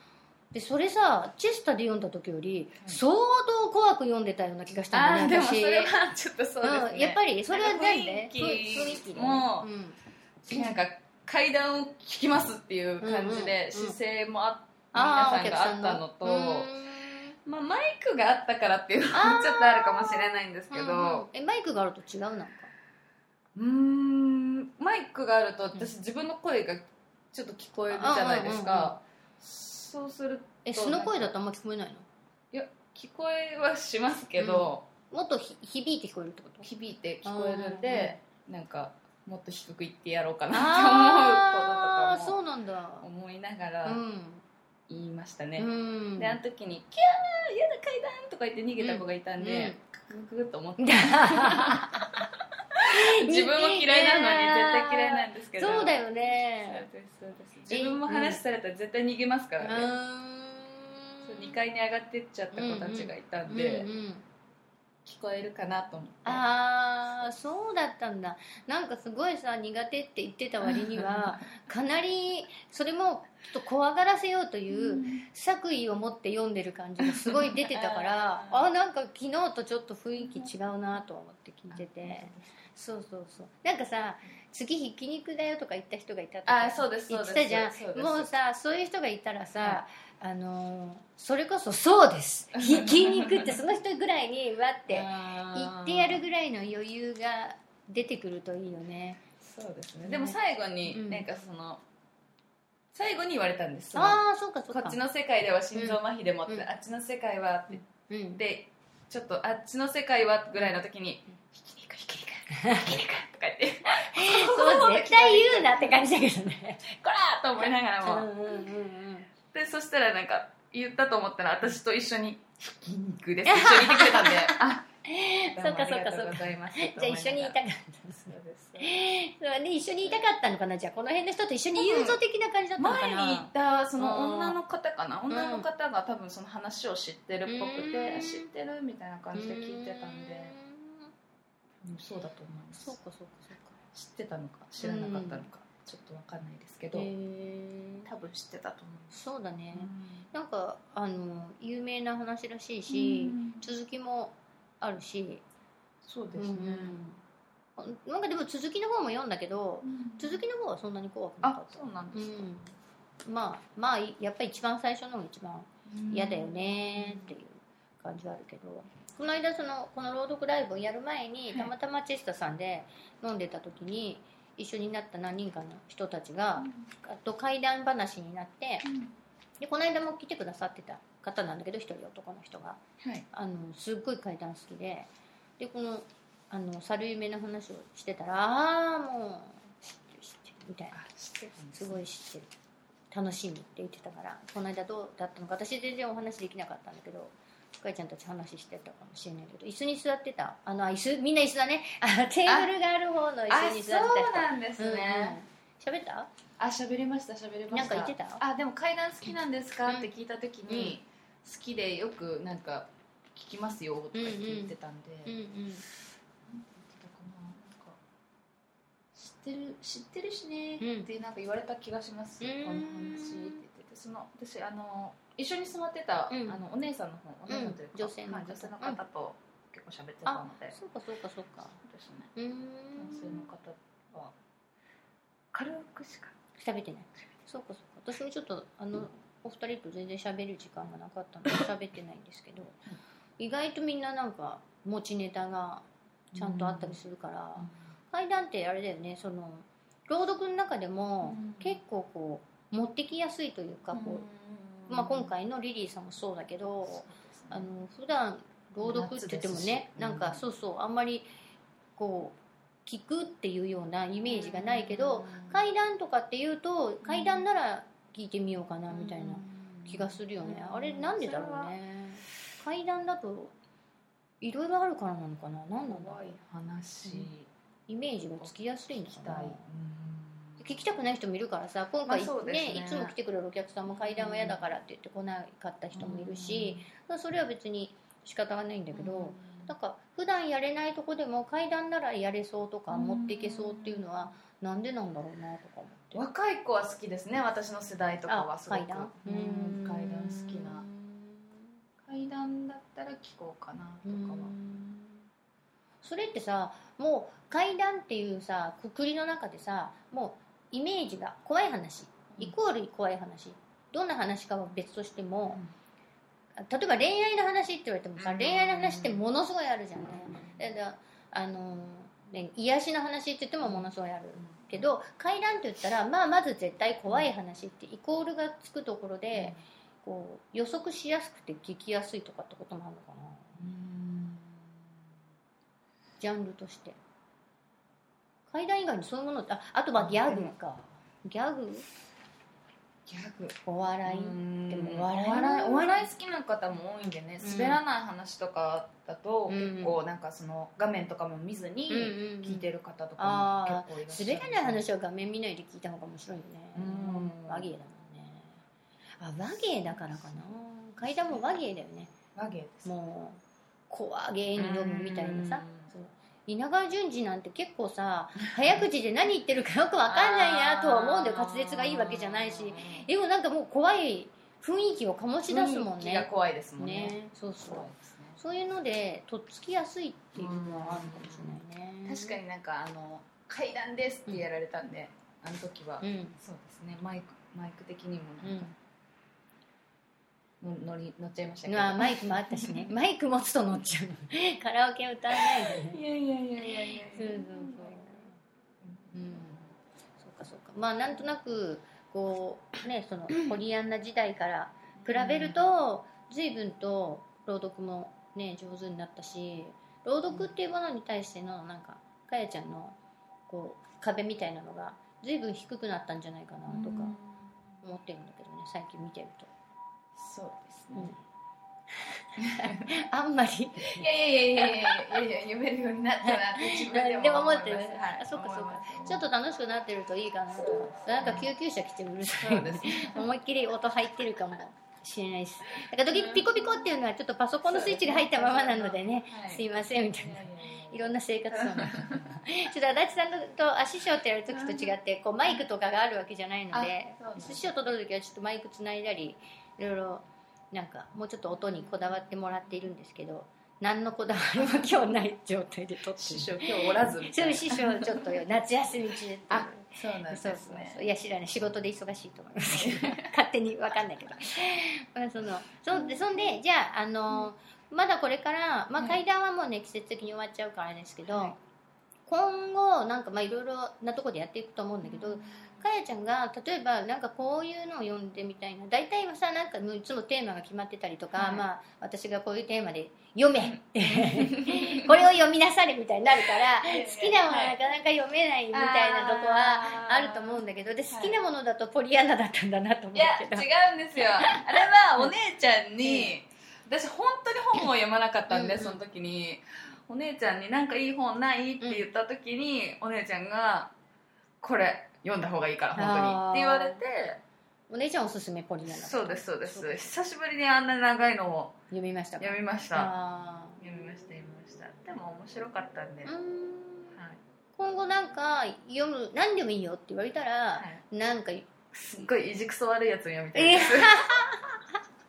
[SPEAKER 1] でそれさチェスタで読んだ時より
[SPEAKER 3] はい
[SPEAKER 1] 相当怖く読んでたような気がしたん
[SPEAKER 3] あ
[SPEAKER 1] だ
[SPEAKER 3] ー
[SPEAKER 1] ね
[SPEAKER 3] でもそ
[SPEAKER 1] 私
[SPEAKER 3] れはちょっとそうですね、
[SPEAKER 1] うん、やっぱりそれはなんで
[SPEAKER 3] なんか雰囲気
[SPEAKER 1] 雰囲気でね
[SPEAKER 3] も
[SPEAKER 1] うん
[SPEAKER 3] なんか階段を聞きますっていう感じ
[SPEAKER 1] うんうんう
[SPEAKER 3] で
[SPEAKER 1] ん
[SPEAKER 3] 姿勢もあ
[SPEAKER 1] あー
[SPEAKER 3] 皆さんがあったのと
[SPEAKER 1] お客さんのう
[SPEAKER 3] まあ、マイクがあったからっていうのもちょっとあるかもしれないんですけ
[SPEAKER 1] ーん
[SPEAKER 3] ど
[SPEAKER 1] うんうんえマイクがあると違うなんか
[SPEAKER 3] うーんマイクがあると私自分の声がちょっと聞こえるじゃないで
[SPEAKER 1] う
[SPEAKER 3] す
[SPEAKER 1] んうんうん
[SPEAKER 3] かそうする
[SPEAKER 1] え素の声だとあんま聞こえないの
[SPEAKER 3] 聞こえはしますけど、
[SPEAKER 1] もっとひ響いて聞こえるってこと
[SPEAKER 3] 響いて聞こえるんで、なんかもっと低く言ってやろうかな
[SPEAKER 1] あ
[SPEAKER 3] っ
[SPEAKER 1] あ
[SPEAKER 3] て
[SPEAKER 1] そ
[SPEAKER 3] 思うこととか
[SPEAKER 1] うなんだ
[SPEAKER 3] も思いなが
[SPEAKER 1] う
[SPEAKER 3] ら
[SPEAKER 1] ん
[SPEAKER 3] 言いましたね、
[SPEAKER 1] うん
[SPEAKER 3] であの時に「キャーやだ階段!」とか言って逃げた子がいたんで、グググッと思って 自分も嫌いなのに絶対嫌いなんですけど
[SPEAKER 1] そうだよ
[SPEAKER 3] そう
[SPEAKER 1] ね
[SPEAKER 3] ですそうです自分も話されたら絶対逃げますか
[SPEAKER 1] う
[SPEAKER 3] らね、そう2階に上がってっちゃった子たちがいたんで、
[SPEAKER 1] うんうん
[SPEAKER 3] 聞こえるかなと思って
[SPEAKER 1] ああそうだったんだなんかすごいさ苦手って言ってた割に はかなりそれもちょっと怖がらせようという作為を持って読んでる感じがすごい出てたから
[SPEAKER 3] あー
[SPEAKER 1] あなんか昨日とちょっと雰囲気違うなと思って聞いててそうそうそうなんかさ次ひき肉だよとか言った人がいたとか
[SPEAKER 3] あそうです
[SPEAKER 1] 言
[SPEAKER 3] そう
[SPEAKER 1] っ
[SPEAKER 3] で
[SPEAKER 1] てた
[SPEAKER 3] す
[SPEAKER 1] じゃ
[SPEAKER 3] そです
[SPEAKER 1] んもうさそういう人がいたらさ、あのーそれこそ「そうです ひき肉」ってその人ぐらいにうわって言
[SPEAKER 3] あー
[SPEAKER 1] ってやるぐらいの余裕が出てくるといいよね
[SPEAKER 3] そうですねでも最後に、
[SPEAKER 1] うん
[SPEAKER 3] なんかその最後に言われたんですその
[SPEAKER 1] ああそうかそう
[SPEAKER 3] こ
[SPEAKER 1] か
[SPEAKER 3] っちの世界では心臓麻痺でもって、
[SPEAKER 1] うん
[SPEAKER 3] あっちの世界はって
[SPEAKER 1] うん
[SPEAKER 3] でちょっとあっちの世界はぐらいの時に
[SPEAKER 1] うん
[SPEAKER 3] 「ひき肉ひき肉ひき肉」とか言って
[SPEAKER 1] そう絶対言うなって感じだけどね
[SPEAKER 3] 「こら!」と思いながら
[SPEAKER 1] うん
[SPEAKER 3] も、
[SPEAKER 1] うんうんうん
[SPEAKER 3] でそしたらなんか言ったと思ったら私と一緒に「ひき肉です」一緒にいてくれ たんであど
[SPEAKER 1] そう
[SPEAKER 3] も
[SPEAKER 1] かそう
[SPEAKER 3] あり
[SPEAKER 1] か
[SPEAKER 3] がと
[SPEAKER 1] そう
[SPEAKER 3] う
[SPEAKER 1] か
[SPEAKER 3] ございます
[SPEAKER 1] じゃあ一緒にいたかった
[SPEAKER 3] そうです
[SPEAKER 1] そうね一緒にいたかったのかなじゃあこの辺の人と一緒に友情的な感じだったのか
[SPEAKER 3] 前
[SPEAKER 1] な
[SPEAKER 3] にいたその
[SPEAKER 1] あー
[SPEAKER 3] 女の方かな
[SPEAKER 1] うん
[SPEAKER 3] 女の方が多分その話を知ってるっぽく
[SPEAKER 1] う
[SPEAKER 3] て
[SPEAKER 1] ん
[SPEAKER 3] 知ってるみたいな感じで聞いてたんで
[SPEAKER 1] うーん
[SPEAKER 3] うんそうだと思いま
[SPEAKER 1] そう
[SPEAKER 3] す
[SPEAKER 1] かそうかそうか
[SPEAKER 3] 知ってたのか知らなかったのかちょっとわかんないですけど
[SPEAKER 1] へー
[SPEAKER 3] 多分知ってたと思います
[SPEAKER 1] そうだね、なんかあの有名な話らしいし、
[SPEAKER 3] うん
[SPEAKER 1] 続きもあるし、
[SPEAKER 3] そう
[SPEAKER 1] う
[SPEAKER 3] で
[SPEAKER 1] ん
[SPEAKER 3] すね
[SPEAKER 1] うんなんかでも続きの方も読んだけど続きの方はそんなに怖くなか
[SPEAKER 3] あ
[SPEAKER 1] った
[SPEAKER 3] そうなんですか
[SPEAKER 1] うんまあまあやっぱり一番最初のが一番嫌だよねっていう感じはあるけどこの間そのこの朗読ライブをやる前に
[SPEAKER 3] はい
[SPEAKER 1] たまたまチェスタさんで飲んでた時に一緒になった何人かの人たちがあと怪談話になってでこの間も来てくださってた方なんだけど一人男の人が
[SPEAKER 3] はい
[SPEAKER 1] あのすっごい怪談好きででこのあの猿夢の話をしてたらああもう知ってる知ってるみたいな
[SPEAKER 3] あ知ってたんですす
[SPEAKER 1] ごい知ってる楽しみって言ってたからこの間どうだったのか私全然お話できなかったんだけどかいちゃんたち話してたかもしれないけど椅子に座ってたあのあ椅子みんな椅子だねあテーブルがある方の
[SPEAKER 3] あ
[SPEAKER 1] 椅子に座っ
[SPEAKER 3] そ
[SPEAKER 1] て
[SPEAKER 3] う
[SPEAKER 1] た
[SPEAKER 3] なんですね
[SPEAKER 1] うんうん喋った
[SPEAKER 3] あ喋りました喋りま
[SPEAKER 1] なん
[SPEAKER 3] し
[SPEAKER 1] か
[SPEAKER 3] た
[SPEAKER 1] 言ってた
[SPEAKER 3] あでも階段好きなんですかって聞いた時に、好きでよくなんか聞きますよとか言って言ってたんで、
[SPEAKER 1] うんう
[SPEAKER 3] なんて
[SPEAKER 1] ん
[SPEAKER 3] 言ってたかななんか知ってる知ってるしねってなんか言われた気がします、
[SPEAKER 1] うん
[SPEAKER 3] この話って言っててその私あの一緒に座ってた、
[SPEAKER 1] うん
[SPEAKER 3] あのお姉さんの方お姉さんというか、
[SPEAKER 1] うん女性の方
[SPEAKER 3] はい女性の方と結構喋ってたので、
[SPEAKER 1] そうかそうかそうか
[SPEAKER 3] そうですね
[SPEAKER 1] うーん
[SPEAKER 3] 男性の方は軽くしか
[SPEAKER 1] 喋ってないそうかそうか私もちょっとあのお二人と全然喋る時間がなかったので 喋ってないんですけど意外とみんななんか持ちネタがちゃんとあったりするから、階段ってあれだよねその朗読の中でも
[SPEAKER 3] うん
[SPEAKER 1] 結構こう持ってきやすいというか、こうまあ、今回のリリーさんもそうだけど、あの普段朗読って言ってもね
[SPEAKER 3] 夏ですしうん
[SPEAKER 1] なんかそうそうあんまりこう聞くっていうようなイ
[SPEAKER 3] イ
[SPEAKER 1] メージがないけど、階段とかっていうと階段なら聞いてみようかなみたいな気がするよね、あれなんでだろうね階段だといろいろあるからなのかな何なんだろう
[SPEAKER 3] 怖い話
[SPEAKER 1] うんイメージがつきやすいん
[SPEAKER 3] 聞
[SPEAKER 1] か
[SPEAKER 3] きた、
[SPEAKER 1] ない聞きたくない人もいるからさ今回、
[SPEAKER 3] まあそうで
[SPEAKER 1] ね
[SPEAKER 3] すね
[SPEAKER 1] いつも来てくれるお客さんも階段は嫌だからって言って来なかった人もいるし、まあそれは別に仕方がないんだ
[SPEAKER 3] だ
[SPEAKER 1] けど、なんか普段やれないとこでも階段ならやれそうとか持っていけそうっていうのはなんでなんだろうなとか思って
[SPEAKER 3] 若い子は好きですね私の世代とかはすごく
[SPEAKER 1] 階段
[SPEAKER 3] うん
[SPEAKER 1] うん
[SPEAKER 3] 階段好きな階段だったら聞こうかなとかは
[SPEAKER 1] それってさもう階段っていうさくくりの中でさもうイメージが怖い話イコール怖い話どんな話かは別としても例えば恋愛の話って言われてもさ
[SPEAKER 3] うん
[SPEAKER 1] 恋愛の話ってものすごいあるじゃないだからあの、ね、癒しの話って言ってもものすごいあるけど階段って言ったら、まあ、まず絶対怖い話ってイコールがつくところで、こう予測しやすくて聞きやすいとかってこともあるのかな
[SPEAKER 3] うん
[SPEAKER 1] ジャンルとして階段以外にそういうものってああとはギャグかギャグ
[SPEAKER 3] ギャグ
[SPEAKER 1] お笑い
[SPEAKER 3] で
[SPEAKER 1] でも
[SPEAKER 3] お
[SPEAKER 1] 笑い
[SPEAKER 3] 笑いお笑い好きな方も多いんでね
[SPEAKER 1] うん
[SPEAKER 3] 滑らない話とかだと
[SPEAKER 1] うん
[SPEAKER 3] 結構なんかその画面とかも見ず
[SPEAKER 1] うんうん
[SPEAKER 3] に
[SPEAKER 1] うん
[SPEAKER 3] 聞いてる方とかも結構い
[SPEAKER 1] 滑
[SPEAKER 3] らっしゃる
[SPEAKER 1] らない話は画面見ないで聞いた方が面白いよね
[SPEAKER 3] うん
[SPEAKER 1] 和芸だもんねあ和芸だからかな階段も和芸だよね
[SPEAKER 3] 和芸です
[SPEAKER 1] もう怖芸に読むみたいなさ
[SPEAKER 3] うん
[SPEAKER 1] その稲川淳二なんて結構さ早口で何言ってるかよくわかんないなとは思うんだよ滑舌がいいわけじゃないしでもなんかもう怖い雰囲気を醸し出すもん
[SPEAKER 3] 雰囲気が
[SPEAKER 1] ね
[SPEAKER 3] 怖いですもんね
[SPEAKER 1] ねそうそう
[SPEAKER 3] 怖いですね
[SPEAKER 1] そういうのでとっつきやすいっていうのはあるかもしれないね
[SPEAKER 3] 確かになんかあの階段ですってやられたんで、あの時は、
[SPEAKER 1] に
[SPEAKER 3] そうですねマイクマイク的にも
[SPEAKER 1] うん
[SPEAKER 3] なんか、の乗り乗っちゃいました
[SPEAKER 1] う
[SPEAKER 3] け
[SPEAKER 1] ん
[SPEAKER 3] ど、
[SPEAKER 1] まあマイクもあったし ねマイク持つと乗っちゃうカラオケ歌わないでね
[SPEAKER 3] いやいやいやいやいや
[SPEAKER 1] そうそうそううんそうかそうかまあなんとなくこうねそのコリアンナ時代から比べると随分と朗読もね上手になったし朗読っていうものに対してのなんかかやちゃんのこう壁みたいなのが随分低くなったんじゃないかなとか思ってるんだけどね最近見てると、
[SPEAKER 3] そうですね、
[SPEAKER 1] あんまり
[SPEAKER 3] いやいやいやいやいやいやいや読めるようになったなって自分で も
[SPEAKER 1] でも思
[SPEAKER 3] い
[SPEAKER 1] っ
[SPEAKER 3] ます
[SPEAKER 1] てる、
[SPEAKER 3] はい、
[SPEAKER 1] あそっかそっ
[SPEAKER 3] 思い
[SPEAKER 1] か
[SPEAKER 3] ます
[SPEAKER 1] ちょっと楽しくなってるといいかなとなんか救急車来てうるさい
[SPEAKER 3] そうですね
[SPEAKER 1] 思いっきり音入ってるかもしれないですだから時々ピコピコっていうのはちょっとパソコンのスイッチが入ったままなのでね
[SPEAKER 3] はい
[SPEAKER 1] すいませんみたい
[SPEAKER 3] い
[SPEAKER 1] な
[SPEAKER 3] やいやいや
[SPEAKER 1] いろんな生活音がちょっと足立さんとあ師匠ってやる時と違ってこうマイクとかがあるわけじゃないので
[SPEAKER 3] あそうなんだ
[SPEAKER 1] 師匠と撮る時はちょっとマイクつないだりいろいろなんかもうちょっと音にこだわってもらっているんですけど何のこだわりも今日ない状態で撮って
[SPEAKER 3] 師
[SPEAKER 1] る
[SPEAKER 3] 匠今日おらずみ
[SPEAKER 1] そ
[SPEAKER 3] たいうな
[SPEAKER 1] 師匠ちょっと夏休み中っていう
[SPEAKER 3] あそうなんで
[SPEAKER 1] そうそう
[SPEAKER 3] す
[SPEAKER 1] そ
[SPEAKER 3] ね
[SPEAKER 1] ういや知らない仕事で忙しいと思いますけど勝手に分かんないけど まあそのそうでそんでじゃああの、まだこれから、まあ、
[SPEAKER 3] はい
[SPEAKER 1] 階段はもうね季節的に終わっちゃうからですけど、
[SPEAKER 3] はい
[SPEAKER 1] 今後なんかまあいろいろなとこでやっていくと思うんだけど、かやちゃんが例えばなんかこういうのを読んでみたいな大体はさなんかもういつもテーマが決まってたりとか、
[SPEAKER 3] はい
[SPEAKER 1] まあ私がこういうテーマで読め これを読みなされみたいになる から
[SPEAKER 3] いや
[SPEAKER 1] 好きなものはなかなか読めないみたいなとこは
[SPEAKER 3] あ
[SPEAKER 1] あ
[SPEAKER 3] ー
[SPEAKER 1] ると思うんだけどで
[SPEAKER 3] はい
[SPEAKER 1] 好きなものだとポリアンナだったんだなと思う
[SPEAKER 3] い
[SPEAKER 1] け
[SPEAKER 3] や
[SPEAKER 1] ど、
[SPEAKER 3] 違うんですよあれはお姉ちゃんに、私本当に本を読まなかったん
[SPEAKER 1] う
[SPEAKER 3] で、
[SPEAKER 1] んうん
[SPEAKER 3] その時にお姉ちゃんに「なんかいい本ない?」って言った時に、お姉ちゃんが「これ読んだ方がいいから本当に」って言われて
[SPEAKER 1] お姉ちゃんおすすめポリアンナだった
[SPEAKER 3] そうですそうで
[SPEAKER 1] そう
[SPEAKER 3] す久しぶりにあんな長いのを
[SPEAKER 1] 読みましたか
[SPEAKER 3] 読みました
[SPEAKER 1] あ
[SPEAKER 3] 読みました読みましたでも面白かったんで、
[SPEAKER 1] ーう
[SPEAKER 3] はい
[SPEAKER 1] ーん今後なんか読む何でもいいよって言われたら、
[SPEAKER 3] はい、
[SPEAKER 1] なんか
[SPEAKER 3] すっごいいじくそ悪いやつを読みたい
[SPEAKER 1] え
[SPEAKER 3] です、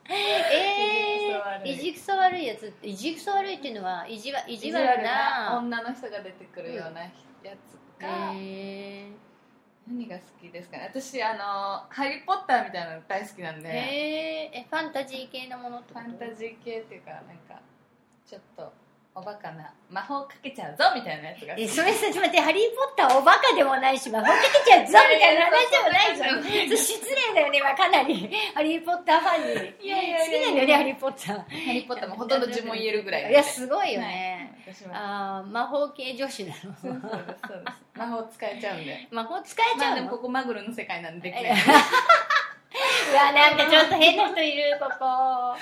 [SPEAKER 1] えー、
[SPEAKER 3] 意
[SPEAKER 1] いじくそ悪いやつっていじくそ悪いっていうのは意地わ意地悪な
[SPEAKER 3] 女の人が出てくるようなやつが、
[SPEAKER 1] え
[SPEAKER 3] 何が好きですかね私あの「ハリー・ポッター」みたいなの大好きなん
[SPEAKER 1] ー、
[SPEAKER 3] で、
[SPEAKER 1] えー、えファンタジー系のものって
[SPEAKER 3] フ
[SPEAKER 1] こと
[SPEAKER 3] ァンタジー系っていうかなんかちょっとおバカな魔法かけちゃうぞみたいなやつが好
[SPEAKER 1] え
[SPEAKER 3] き
[SPEAKER 1] それさちょっと待って「ハリー・ポッター」おバカでもないし魔法かけちゃうぞみたいな話でもないじゃん
[SPEAKER 3] い
[SPEAKER 1] そ
[SPEAKER 3] やいやい
[SPEAKER 1] れ失礼だよねまあかなり「ハリー・ポッター」ファンに
[SPEAKER 3] いやいやいやいや
[SPEAKER 1] 好きなんだよね「ハリー・ポッター」
[SPEAKER 3] ハリー・ポッターもほとんど呪文言えるぐらい
[SPEAKER 1] いやすごいよね、
[SPEAKER 3] はい私は
[SPEAKER 1] ああー魔法系女子なの
[SPEAKER 3] そうそうですそうです 魔法使えちゃうんで
[SPEAKER 1] 魔法使えち
[SPEAKER 3] ま
[SPEAKER 1] ゃ
[SPEAKER 3] あ
[SPEAKER 1] う
[SPEAKER 3] で
[SPEAKER 1] の、
[SPEAKER 3] もここマグルの世界なんででき
[SPEAKER 1] い
[SPEAKER 3] な
[SPEAKER 1] や
[SPEAKER 3] い
[SPEAKER 1] うわなんかちょっと変な人いるここ
[SPEAKER 3] よ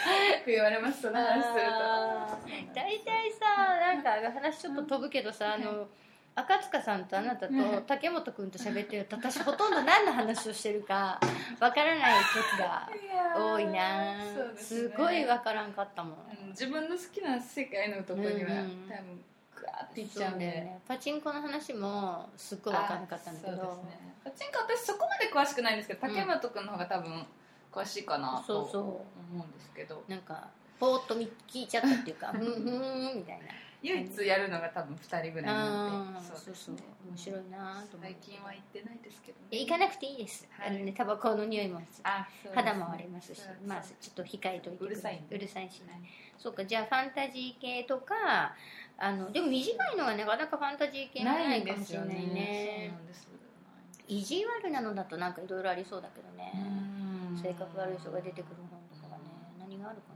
[SPEAKER 3] く言われますその話すると
[SPEAKER 1] あー 大体さなんか話ちょっと飛ぶけどさあの赤塚さんとあなたと
[SPEAKER 3] うん
[SPEAKER 1] 竹本君と喋ってると私ほとんど何の話をしてるかわからない時が多いな
[SPEAKER 3] そうですね
[SPEAKER 1] ごいわからんかったもん
[SPEAKER 3] あの自分の好きな世界のとこには、
[SPEAKER 1] うんうん
[SPEAKER 3] 多分グワーっていっ
[SPEAKER 1] そ
[SPEAKER 3] ちゃうんで
[SPEAKER 1] パチンコの話もすっごいわからなかったんだけ
[SPEAKER 3] あそう
[SPEAKER 1] ど
[SPEAKER 3] ですねパチンコ私そこまで詳しくないんですけど
[SPEAKER 1] うん
[SPEAKER 3] 竹本君の方が多分詳しいかなと
[SPEAKER 1] そうそう
[SPEAKER 3] 思うんですけど、
[SPEAKER 1] なんかぼーっと見聞いちゃった っていうかふんふんみたいな
[SPEAKER 3] 唯一やるのが多分2人ぐらいなん
[SPEAKER 1] あ
[SPEAKER 3] で
[SPEAKER 1] ーそう
[SPEAKER 3] です
[SPEAKER 1] そう
[SPEAKER 3] ね
[SPEAKER 1] 面白いなと思って
[SPEAKER 3] 最近は行ってないですけどね
[SPEAKER 1] いや行かなくていいです、
[SPEAKER 3] はい
[SPEAKER 1] あのねタバコの匂いも
[SPEAKER 3] あそうですね
[SPEAKER 1] 肌も荒れますし
[SPEAKER 3] そうです
[SPEAKER 1] まあちょっと控えといてく
[SPEAKER 3] うるさいね
[SPEAKER 1] うるさいしねそうかじゃあファンタジー系とかあのでも短いのはなかなかファンタジー系
[SPEAKER 3] な
[SPEAKER 1] ないい
[SPEAKER 3] ん
[SPEAKER 1] か
[SPEAKER 3] で
[SPEAKER 1] も
[SPEAKER 3] す
[SPEAKER 1] しれ
[SPEAKER 3] よ
[SPEAKER 1] ない
[SPEAKER 3] ね
[SPEAKER 1] ね
[SPEAKER 3] そうなんです
[SPEAKER 1] 意地悪なのだとなんかいろいろありそうだけどね、性格悪い人が出てくる本とかはね何があるかな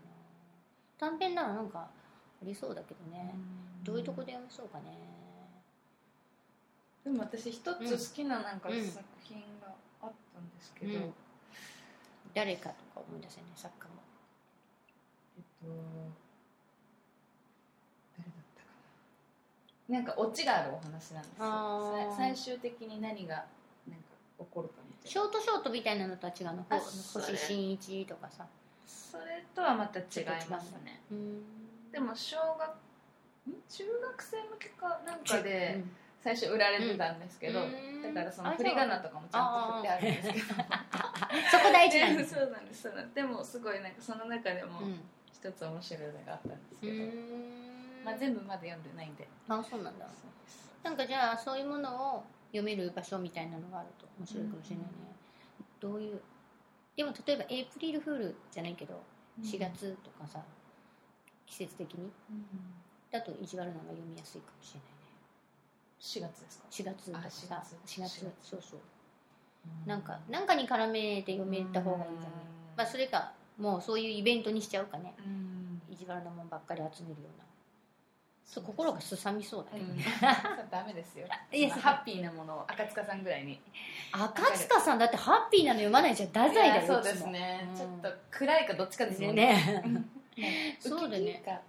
[SPEAKER 1] 短編ならなんかありそうだけどね、どういうとこで読めそうかね
[SPEAKER 3] でも私一つ好きななんか
[SPEAKER 1] うん
[SPEAKER 3] 作品があったんですけど、
[SPEAKER 1] うん
[SPEAKER 3] えっ
[SPEAKER 1] 誰かとか思い出せない作家も
[SPEAKER 3] と誰だったかななんかオチがあるお話なんですよ
[SPEAKER 1] あー
[SPEAKER 3] さ最終的に何がなんか起こるかみたい
[SPEAKER 1] シ
[SPEAKER 3] な
[SPEAKER 1] ョートショートみたいなのとは違うの
[SPEAKER 3] あ
[SPEAKER 1] ほ
[SPEAKER 3] それ
[SPEAKER 1] 星新一とかさ
[SPEAKER 3] それとはまた違い
[SPEAKER 1] ちょ
[SPEAKER 3] ま
[SPEAKER 1] っ
[SPEAKER 3] す
[SPEAKER 1] と違
[SPEAKER 3] ね
[SPEAKER 1] うん
[SPEAKER 3] でも小学ん中学生向けかなんか
[SPEAKER 1] う
[SPEAKER 3] で
[SPEAKER 1] ん
[SPEAKER 3] 最初売られてたんですけど、
[SPEAKER 1] うん
[SPEAKER 3] だからその振り仮名とかもちゃんと振ってあるんですけど
[SPEAKER 1] そこ大事なんです、
[SPEAKER 3] そうなんですそうなんですでもすごいなんかその中でも
[SPEAKER 1] うん
[SPEAKER 3] 一つ面白いのがあったんです
[SPEAKER 1] う
[SPEAKER 3] けど、
[SPEAKER 1] ん
[SPEAKER 3] まあ、全部まだ読んでないんで
[SPEAKER 1] あそうなんだ
[SPEAKER 3] そうです
[SPEAKER 1] なんかじゃあそういうものを読める場所みたいなのがあると面白いかもしれないね、どういうでも例えばエイプリルフールじゃないけど4、月とかさ季節的に
[SPEAKER 3] うん
[SPEAKER 1] だと意地悪なのが読みやすいかもしれな
[SPEAKER 3] 4月ですか
[SPEAKER 1] いね4月とかさ
[SPEAKER 3] あ
[SPEAKER 1] 4
[SPEAKER 3] 4
[SPEAKER 1] 月
[SPEAKER 3] 月
[SPEAKER 1] そうそうなんかなんかに絡めて読めた方がいいんじゃないまあそ
[SPEAKER 3] れ
[SPEAKER 1] れかもうそういうイベントにしちゃうかね
[SPEAKER 3] うん
[SPEAKER 1] 意地悪なもんばっかり集めるようなそう
[SPEAKER 3] です
[SPEAKER 1] 心がすさみそう
[SPEAKER 3] う
[SPEAKER 1] だね、
[SPEAKER 3] ん、そうダメですよ
[SPEAKER 1] いや
[SPEAKER 3] そのハッピーなものを赤塚さんぐらいに
[SPEAKER 1] 赤塚さんだってハッピーなの読まないじゃん太宰だよ
[SPEAKER 3] いやそうです
[SPEAKER 1] い
[SPEAKER 3] ね、
[SPEAKER 1] うん
[SPEAKER 3] ちょっと暗いかどっちかで
[SPEAKER 1] つ
[SPEAKER 3] す
[SPEAKER 1] も
[SPEAKER 3] もん
[SPEAKER 1] ね
[SPEAKER 3] うん
[SPEAKER 1] そうだね
[SPEAKER 3] 浮きか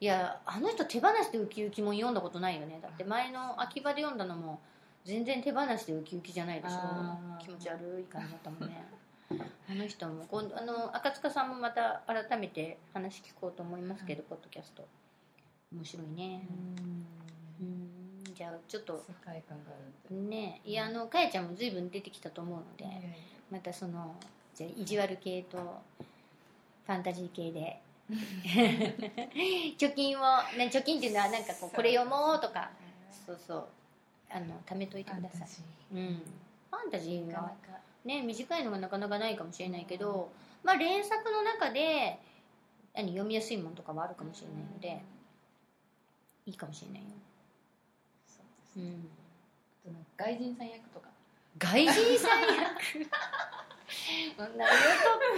[SPEAKER 1] いやあの人手放しでウキウキも読んだことないよねだって前の秋葉で読んだのも全然手放しでウキウキじゃないでし
[SPEAKER 3] あ
[SPEAKER 1] ょ
[SPEAKER 3] ー
[SPEAKER 1] 気持ち悪い感じだったもんね あの人も今度あの赤塚さんもまた改めて話聞こうと思いますけど、ポッドキャスト面白いねうんじゃあちょっと
[SPEAKER 3] 世界観があるんで
[SPEAKER 1] ねいやあのかやちゃんも随分出てきたと思うので、
[SPEAKER 3] いやいや
[SPEAKER 1] またそのじゃあ意地悪系とファンタジー系 で貯金を、ね、貯金っていうのはなんかこうこれ読もうとかそうそうあの貯めといて
[SPEAKER 3] ファ
[SPEAKER 1] く
[SPEAKER 3] ン
[SPEAKER 1] だ
[SPEAKER 3] タジ
[SPEAKER 1] さい、
[SPEAKER 3] ー
[SPEAKER 1] うん、ファンタジー
[SPEAKER 3] なかな
[SPEAKER 1] が
[SPEAKER 3] か
[SPEAKER 1] ね短いのがなかなかないかもしれないけど、まあ、連作の中で何読みやすいものとかはあるかもしれないのでいいかもしれないよ、
[SPEAKER 3] そうです
[SPEAKER 1] う
[SPEAKER 3] ね
[SPEAKER 1] ん、
[SPEAKER 3] あとなんか外人さん役とか
[SPEAKER 1] 外人さん役そんな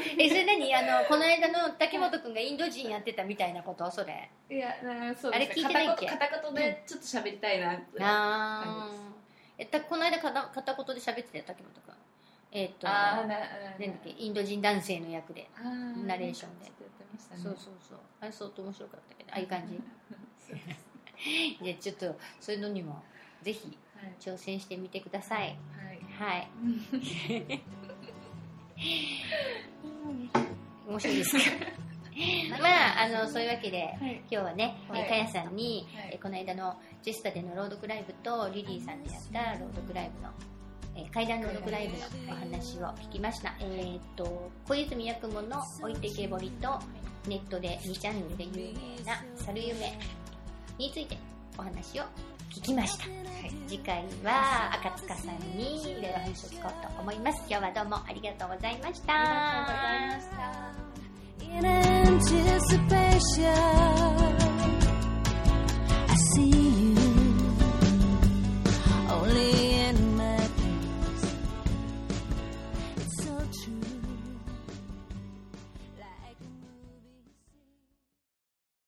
[SPEAKER 1] 言うとえそれ何あのこの間の竹本君がインド人やってたみたいなことそれ
[SPEAKER 3] いやなんかそう
[SPEAKER 1] あれ聞いてないっけ
[SPEAKER 3] 片言片言でちょっと喋りたいなって
[SPEAKER 1] あ
[SPEAKER 3] 感じです
[SPEAKER 1] ーえたこの間片片言で喋ってたよ竹本君えっ、と
[SPEAKER 3] あ
[SPEAKER 1] な
[SPEAKER 3] ー
[SPEAKER 1] んだ
[SPEAKER 3] なな
[SPEAKER 1] っけインド人男性の役で、
[SPEAKER 3] あー
[SPEAKER 1] ナレーションで
[SPEAKER 3] ちょっとやってましたね
[SPEAKER 1] そうそうそうあれ相当面白かったけどああいう感 じ じゃあちょっとそういうのにもぜひ
[SPEAKER 3] はい
[SPEAKER 1] 挑戦してみてください
[SPEAKER 3] はい
[SPEAKER 1] はい面白いですか まああのそういうわけで
[SPEAKER 3] はい
[SPEAKER 1] 今日はね、
[SPEAKER 3] はい
[SPEAKER 1] えーかやさんに、
[SPEAKER 3] はい
[SPEAKER 1] えーこの間のジェスタでの朗読ライブとリリーさんでやった朗読ライブの、えー、階段朗読ライブのお話を聞きました、えーっと小泉八雲の「置いてけぼり」とネットで2チャンネルで有名な「猿夢」についてお話を聞きました、次回は赤塚さんにいろいろ話を聞こうと思います今日はどうもありがとうございました
[SPEAKER 3] ありがとうございました
[SPEAKER 2] In anticipation.